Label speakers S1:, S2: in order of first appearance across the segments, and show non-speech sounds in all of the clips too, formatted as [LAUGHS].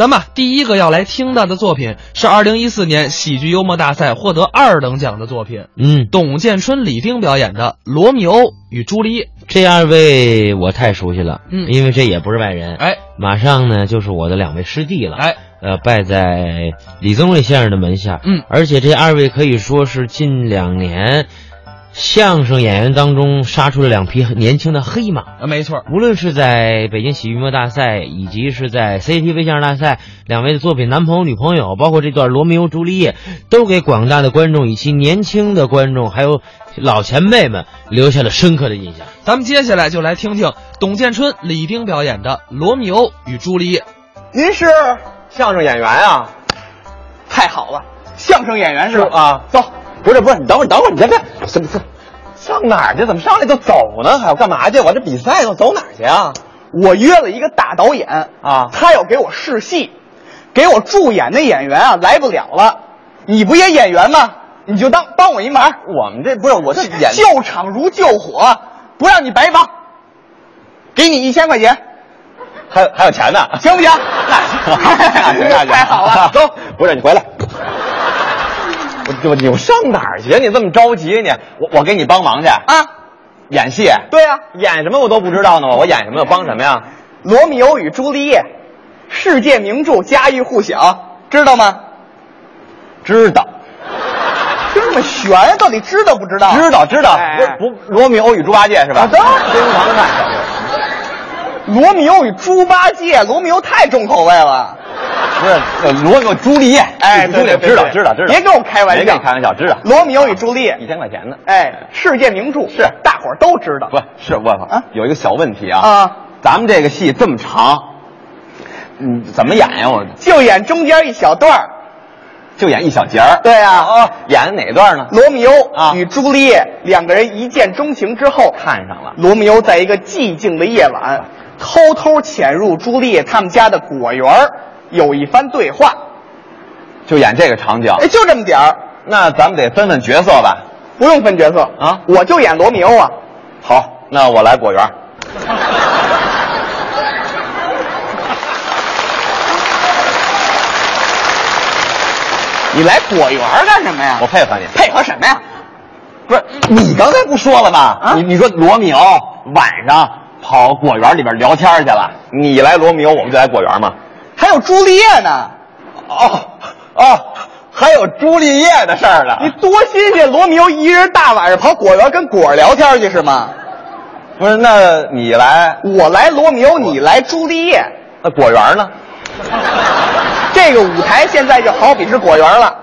S1: 咱们啊第一个要来听到的作品是二零一四年喜剧幽默大赛获得二等奖的作品，
S2: 嗯，
S1: 董建春、李丁表演的《罗密欧与朱丽叶》。
S2: 这二位我太熟悉了，
S1: 嗯
S2: 因为这也不是外人，
S1: 哎
S2: 马上呢就是我的两位师弟了，
S1: 哎，
S2: 呃，拜在李宗瑞先生的门下，
S1: 嗯
S2: 而且这二位可以说是近两年相声演员当中杀出了两匹年轻的黑马。
S1: 啊没错儿，
S2: 无论是在北京喜剧幽默大赛，以及是在 CCTV 相声大赛，两位的作品《男朋友女朋友》，包括这段《罗密欧朱丽叶》，都给广大的观众以及年轻的观众，还有老前辈们留下了深刻的印象。
S1: 咱们接下来就来听听董建春、李丁表演的《罗密欧与朱丽叶》。
S3: 您是
S4: 相声演员啊，
S3: 太好了，
S4: 相声演员是吧？
S3: 啊
S4: 啊，走，不是不是，你等会儿等会儿，你别别，什么这上哪儿去？怎么上来就走呢？还要干嘛去？我这比赛我走哪儿去啊？
S3: 我约了一个大导演
S4: 啊
S3: 他要给我试戏，给我助演的演员啊来不了了，你不也演员吗？你就当帮我一忙，
S4: 我们这不是我这演
S3: 救场如救火，不让你白忙，给你一千块钱，
S4: 还有还有钱呢，
S3: 行不行？
S4: 那行那行
S3: 太好了， [LAUGHS] 走，
S4: 不是你回来。我我你我上哪儿去？你这么着急你？我我给你帮忙去啊！
S3: 啊！
S4: 演戏？
S3: 对啊呀、
S4: 演什么我都不知道呢，我我演什么？我帮什么呀？
S3: 罗密欧与朱丽叶》，世界名著，家喻户晓，知道吗？
S4: 知道。
S3: 就这么悬，到底知道不知道？
S4: 知道知道，
S3: 哎
S4: 不不，罗密欧与猪八戒是吧？
S3: 啊当然
S4: 真王看，
S3: 罗密欧与猪八戒，罗密欧太重口味了。
S4: 不是呃罗密欧朱丽叶，
S3: 哎
S4: 朱丽
S3: 对
S4: 叶
S3: 对
S4: 知道
S3: 对
S4: 知道知道，
S3: 别跟我开玩笑
S4: 别跟你开玩笑，知道。
S3: 罗密欧与朱丽
S4: 一
S3: 叶，
S4: 千块钱呢？
S3: 哎，世界名著
S4: 是
S3: 大伙儿都知道。
S4: 不是我
S3: 啊
S4: 有一个小问题啊
S3: 啊，
S4: 咱们这个戏这么长，嗯，怎么演呀？我
S3: 就演中间一小段儿
S4: 就演一小节儿。
S3: 对啊
S4: 哦，演哪段呢？
S3: 罗密欧
S4: 啊
S3: 与朱丽叶两个人一见钟情之后，
S4: 看上了
S3: 罗密欧在一个寂静的夜晚，偷偷潜入朱丽叶他们家的果园儿，有一番对话。
S4: 就演这个场景。
S3: 哎，就这么点儿，
S4: 那咱们得分分角色吧。
S3: 不用分角色
S4: 啊
S3: 我就演罗密欧啊。
S4: 好，那我来果园。
S3: [LAUGHS] 你来哎果园儿干什么呀？
S4: 我配合你。
S3: 配合什么呀？
S4: 不是你刚才不说了吗？
S3: 啊
S4: 你你说罗密欧晚上跑果园里边聊天去了，你来罗密欧，我们就来果园吗？
S3: 还有朱丽叶呢。
S4: 哦哦，还有朱丽叶的事儿呢。
S3: 你多新鲜！罗密欧一人大晚上跑果园跟果儿聊天去是吗？
S4: 不是，那你来
S3: 我来罗密欧，你来朱丽叶，
S4: 那果园呢？
S3: 这个舞台现在就好比是果园了，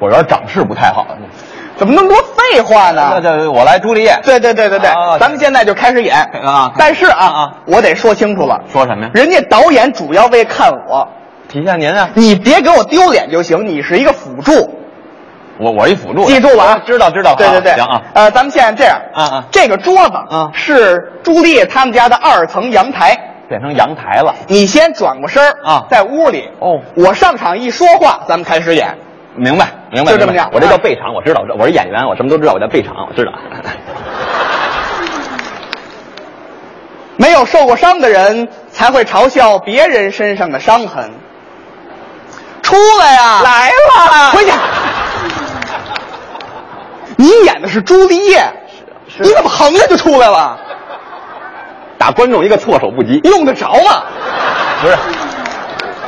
S4: 果园长势不太好。
S3: 啊怎么那么多废话
S4: 那
S3: 呢？
S4: 就我来朱丽叶。
S3: 对对对对对
S4: 啊，
S3: 咱们现在就开始演
S4: 啊
S3: 但是啊
S4: 啊啊
S3: 我得说清楚了，
S4: 说什么呀？
S3: 人家导演主要为看我，
S4: 提下您啊，
S3: 你别给我丢脸就行，你是一个辅助，
S4: 我我一辅助的。
S3: 记住了啊！
S4: 知道知道。
S3: 对对对，
S4: 啊行啊。
S3: 呃，咱们现在这样
S4: 啊啊
S3: 这个桌子
S4: 啊
S3: 是朱丽叶他们家的二层阳台。
S4: 变成阳台了。
S3: 你先转过身儿
S4: 啊
S3: 在屋里
S4: 哦
S3: 我上场一说话，咱们开始演。
S4: 明白，明白，
S3: 就这么
S4: 明
S3: 着
S4: 白我这啊叫备场，我知道，我知道我是演员，我什么都知道，我叫备场，我知道。
S3: 没有受过伤的人才会嘲笑别人身上的伤痕。出来呀、
S4: 来啊了
S3: 回去。你演的是朱丽叶，
S4: 是
S3: 你怎么横着就出来了？
S4: 打观众一个措手不及，
S3: 用得着吗？
S4: 不是？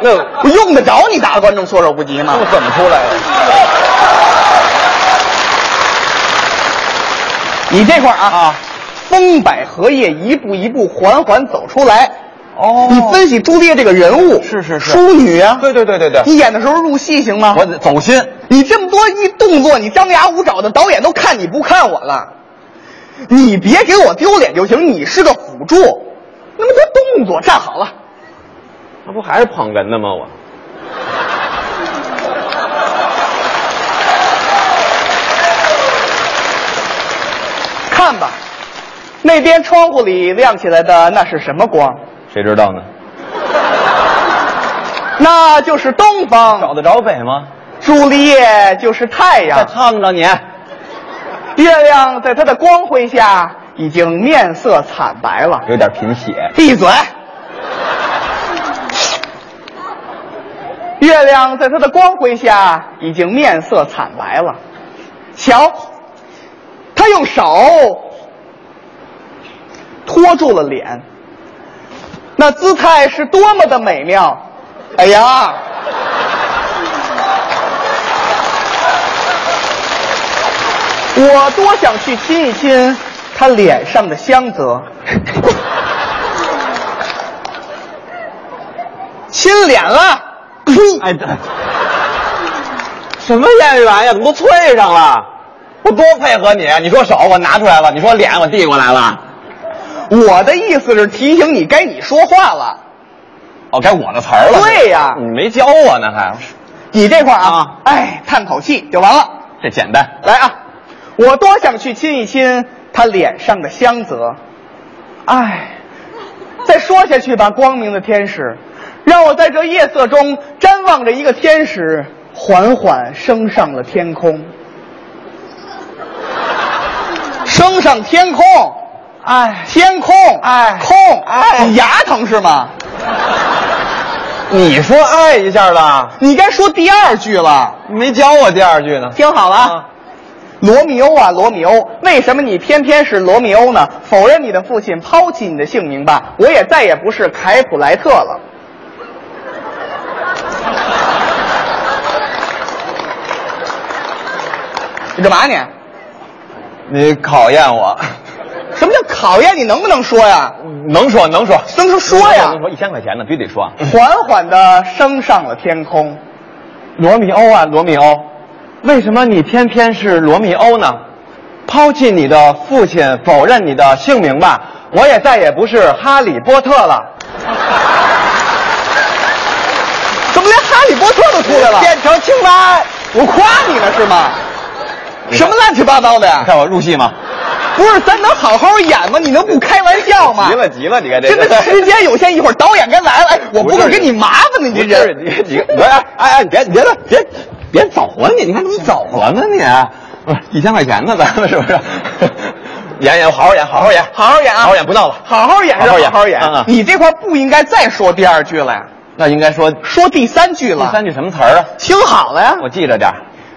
S4: 那
S3: 我用得着你打观众措手不及吗
S4: 那我？怎么出来呀？
S3: 你这块儿啊，
S4: 啊
S3: 风摆荷叶一步一步缓缓走出来。
S4: 哦
S3: 你分析朱丽叶这个人物，
S4: 是是是
S3: 淑女啊，
S4: 对对对对对
S3: 你演的时候入戏行吗？
S4: 我得走心，
S3: 你这么多一动作，你张牙舞爪的，导演都看你不看我了。你别给我丢脸就行，你是个辅助。那么多动作，站好了，
S4: 那不还是捧哏的吗？我
S3: 看吧，那边窗户里亮起来的那是什么光？
S4: 谁知道呢？
S3: 那就是东
S4: 找
S3: 方，
S4: 得着北吗？
S3: 朱丽叶就是太
S4: 再
S3: 阳，
S4: 烫着你，
S3: 月亮在它的光辉下已经面色惨白了。
S4: 有点贫血。
S3: 闭嘴！月亮在它的光辉下已经面色惨白了。瞧，他用手托住了脸，那姿态是多么的美妙！哎呀，我多想去亲一亲他脸上的香泽。 [LAUGHS] 亲脸了，呸！
S4: 哎，这 [LAUGHS] 什么演员呀？怎么都脆上了？我多配合你，你说手我拿出来了，你说脸我递过来了，
S3: 我的意思是提醒你，该你说话了。
S4: 哦，该我的词儿了。
S3: 对呀
S4: 你没教我呢，还
S3: 你这块儿啊
S4: 啊，
S3: 哎，叹口气就完了。
S4: 这简单。
S3: 来啊，我多想去亲一亲他脸上的香泽。哎，再说下去吧，光明的天使，让我在这夜色中瞻望着一个天使缓缓升上了天空，升上天空，
S4: 哎，
S3: 天空，
S4: 哎
S3: 空，
S4: 哎
S3: 你牙疼是吗？
S4: 你说爱一下了，
S3: 你该说第二句了。
S4: 没教我第二句呢。
S3: 听好了啊
S4: 啊，
S3: 罗密欧啊，罗密欧，为什么你偏偏是罗密欧呢？否认你的父亲抛弃你的姓名吧，我也再也不是凯普莱特了。 [LAUGHS] 你干嘛你？
S4: 你考验我，
S3: 什么叫考验？你能不能说呀？
S4: 能说能说，
S3: 能说说呀嗯
S4: 能说一千块钱呢，必须得说。
S3: 缓缓地升上了天空，
S4: 罗密欧啊，罗密欧，为什么你偏偏是罗密欧呢？抛弃你的父亲，否认你的姓名吧，我也再也不是哈利波特了，
S3: 怎么连哈利波特都出来了？
S4: 变成青蛙。
S3: 我夸你呢是吗？
S4: 你看
S3: 什么乱七八糟的呀
S4: 你？看我入戏吗？
S3: 不是，咱能好好演吗？你能不开玩笑吗？
S4: 急了急了，你看这
S3: 真的时间有限，一会儿导演该来了，哎，我不
S4: 不
S3: 够
S4: 是
S3: 给你麻烦的，你
S4: 你
S3: 这
S4: 这
S3: 人。
S4: 你你哎哎哎，你别你别别别别走啊你！你看怎么走了呢你？不是一千块钱呢，咱们是不是？演演，好好演，好好演，
S3: 好好演啊！
S4: 好好演，不闹了，
S3: 好好演是
S4: 好好演
S3: 好好演
S4: 嗯嗯。
S3: 你这块不应该再说第二句了呀，
S4: 那应该说
S3: 说第三句
S4: 第
S3: 了。
S4: 三句什么词儿啊？
S3: 听好了呀，
S4: 我记着点儿。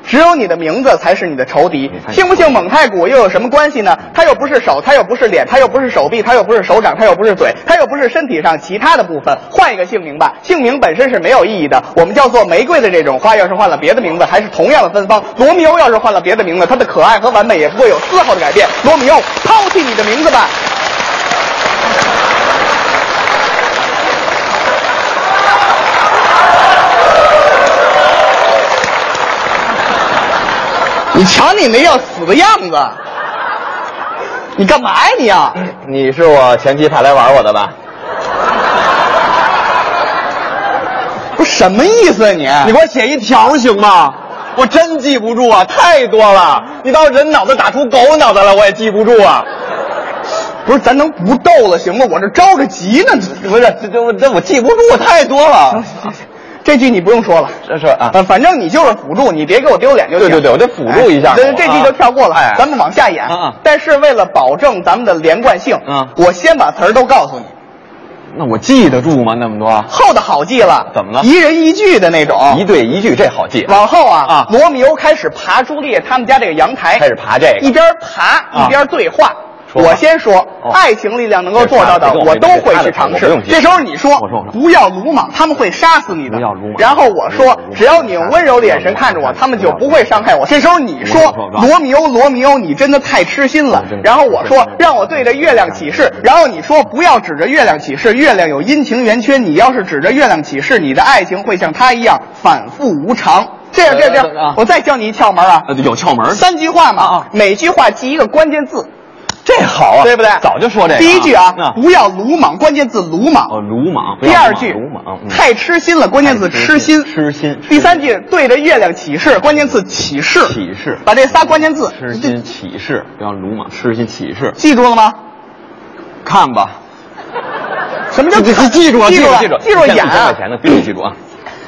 S3: 只有你的名字才是你的仇敌
S4: 你。看
S3: 听不听蒙太古又有什么关系呢？它又不是手，它又不是脸，它又不是手臂，它又不是手掌，它又不是嘴，它又不是身体上其他的部分。换一个姓名吧，姓名本身是没有意义的。我们叫做玫瑰的这种花，要是换了别的名字，还是同样的芬芳。罗密欧要是换了别的名字，它的可爱和完美也不会有丝毫的改变。罗密欧，抛弃你的名字吧。你瞧你那要死的样子，你干嘛呀你啊？
S4: 你是我前妻派来玩我的吧？
S3: 不是什么意思啊你？
S4: 你给我写一条行吗？我真记不住啊，太多了。你到人脑袋打出狗脑袋来，我也记不住啊。
S3: 不是，咱能不逗了行吗？我这着着急呢，这
S4: 不是，这这我这我记不住太多了。
S3: 这句你不用说了。
S4: 这是啊，
S3: 呃，反正你就是辅助，你别给我丢脸就行。
S4: 对对对我得辅助一下
S3: 哎对，这
S4: 我啊
S3: 句就跳过了，
S4: 哎
S3: 咱们往下演。
S4: 嗯嗯
S3: 但是为了保证咱们的连贯性，
S4: 嗯
S3: 我先把词儿都告诉你，
S4: 那我记得住吗？那么多，
S3: 后头好记了。
S4: 怎么了
S3: 一人一句的那种。
S4: 一对一句这好记。
S3: 往后啊，
S4: 啊
S3: 罗密欧开始爬朱丽叶他们家这个阳台，
S4: 开始爬这
S3: 一
S4: 个，
S3: 边爬
S4: 啊
S3: 一边对话。
S4: 说话
S3: 我先说，
S4: 哦
S3: 爱情力量能够做到的，
S4: 这是他的
S3: 我都会
S4: 这
S3: 去
S4: 是他的
S3: 尝
S4: 我不
S3: 试
S4: 用。记
S3: 这时候你说
S4: 我说我，说
S3: 不要鲁莽，他们会杀死你的。
S4: 不要鲁莽
S3: 然后我
S4: 不要
S3: 说
S4: 鲁，莽
S3: 只要你用温柔的眼神看着
S4: 不要
S3: 我，
S4: 鲁莽
S3: 他们就不会伤害我。这时候你说
S4: 我说我，说
S3: 罗密欧，罗密欧，你真的太痴心了
S4: 我真。的
S3: 然后我说
S4: 我真的，
S3: 让我对着月亮起誓。然后你说，不要指着月亮起誓，月亮有阴晴圆缺，你要是指着月亮起誓，你的爱情会像它一样反复无常。这样，这样，这
S4: 呃
S3: 样
S4: 啊，
S3: 我再教你一窍门啊。
S4: 呃有窍门儿
S3: 三句话嘛，
S4: 啊啊
S3: 每句话记一个关键字，
S4: 这好啊，
S3: 对不对？
S4: 早就说这个啊。
S3: 第一句啊，
S4: 嗯
S3: 不要鲁莽，关键字鲁
S4: 哦，
S3: 莽。
S4: 鲁莽。不
S3: 第
S4: 要
S3: 二
S4: 鲁莽
S3: 句
S4: 鲁莽，嗯
S3: 太痴心了，关键字
S4: 太
S3: 痴
S4: 痴心
S3: 心。
S4: 痴心
S3: 第三句对着月亮起誓，关键字起誓。
S4: 起誓
S3: 把这仨关键字
S4: 痴心起誓，不要鲁莽，痴心起誓。
S3: 记住了吗？
S4: 看吧，
S3: 什么叫
S4: 记记记住啊，
S3: 记
S4: 记
S3: 住
S4: 住
S3: 了
S4: 记住
S3: 记住
S4: 一千
S3: 演
S4: 一千
S3: 啊
S4: 块钱的必须记住啊。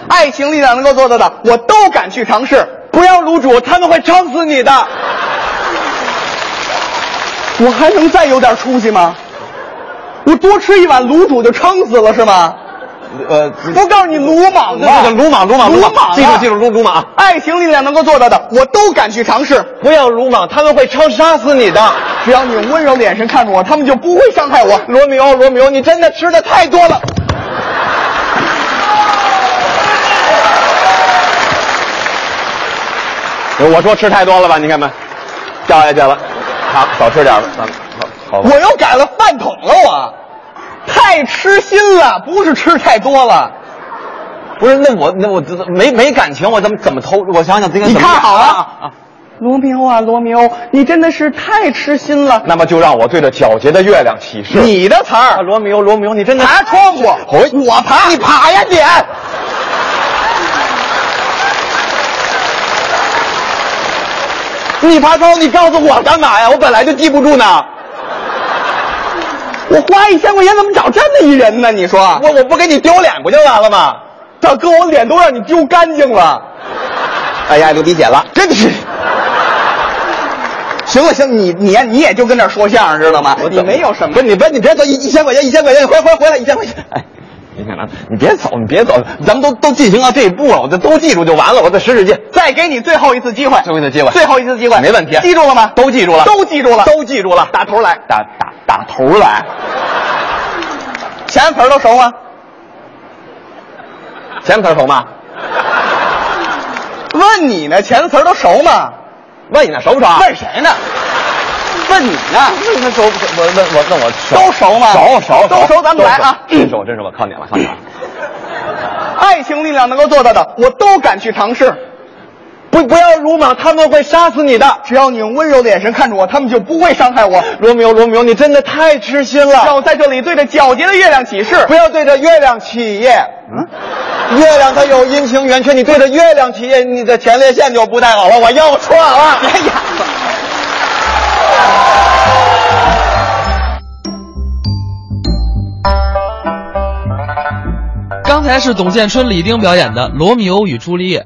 S3: 爱情力量能够做到的，我都敢去尝试。
S4: 不要卤煮，他们会撑死你的。
S3: 我还能再有点出息吗？我多吃一碗卤煮就撑死了是吗？
S4: 呃，
S3: 不告诉你鲁莽吗？
S4: 那个鲁莽，鲁莽，
S3: 鲁
S4: 莽，
S3: 啊
S4: 记住，记住，鲁鲁莽，
S3: 爱情力量能够做到的，我都敢去尝试。
S4: 不要鲁莽，他们会超杀死你的。
S3: 只要你用温柔的眼神看着我，他们就不会伤害我。
S4: 罗密欧，罗密欧，你真的吃的太多了。我说吃太多了吧？你看没，掉下去了。好，少吃点吧。好，好吧。
S3: 我又改了饭桶了，我太痴心了，不是吃太多了。
S4: 不是，那我那我没没感情，我怎么怎么偷？我想想，这个
S3: 你
S4: 怎么
S3: 看好
S4: 啊啊
S3: 了，罗密欧啊，罗密欧，你真的是太痴心了。
S4: 那么就让我对着皎洁的月亮起誓。
S3: 你的词
S4: 啊
S3: 儿，
S4: 罗密欧，罗密欧，你真的
S3: 爬窗户，我爬，你爬呀你！
S4: 你爬窗户，你告诉我干嘛呀？我本来就记不住呢。
S3: 我花一千块钱怎么找这么一人呢？你说，
S4: 我我不给你丢脸不就完了吗？
S3: 大哥，我脸都让你丢干净了。
S4: 哎呀，流鼻血了。
S3: 真是。行了行，你你呀你也就跟那儿说相声知道吗？你没有什么
S4: 不，是你别你别走，一一千块钱，一千块钱，回回回来一千块钱。哎，你看啊，你别走，你别走，咱们都都进行到这一步了，我这都记住就完了，我再使使劲。
S3: 再给你最后一次机会，
S4: 最后一次机会
S3: 最后一次机会，
S4: 没问题
S3: 记住了吗？
S4: 都记住了
S3: 都记住了，
S4: 都记住了，
S3: 打头来，
S4: 打打打头来，
S3: 前词儿都熟吗？
S4: 前词头吗？
S3: 问你呢，前词儿都熟吗？
S4: 问你呢，熟不熟啊？
S3: 问谁呢？问你呢？
S4: 问他熟不熟？我问我问我熟
S3: 都熟吗
S4: 熟熟
S3: 都熟咱们来啊
S4: 真 [CLEARS THROAT] 熟真熟，我靠你了，靠你了。
S3: 爱情力量能够做到的，我都敢去尝试。
S4: 不不要鲁莽，他们会杀死你的。
S3: 只要你用温柔的眼神看着我，他们就不会伤害我。
S4: 罗密欧，罗密欧，你真的太痴心了。
S3: 让我在这里对着皎洁的月亮起誓
S4: 不，要对着月亮起夜。嗯，月亮它有阴晴圆缺，你对着月亮起夜，你的前列腺就不太好了。我又错了。哎呀，
S1: 刚才是董建春、李丁表演的《罗密欧与朱丽叶》。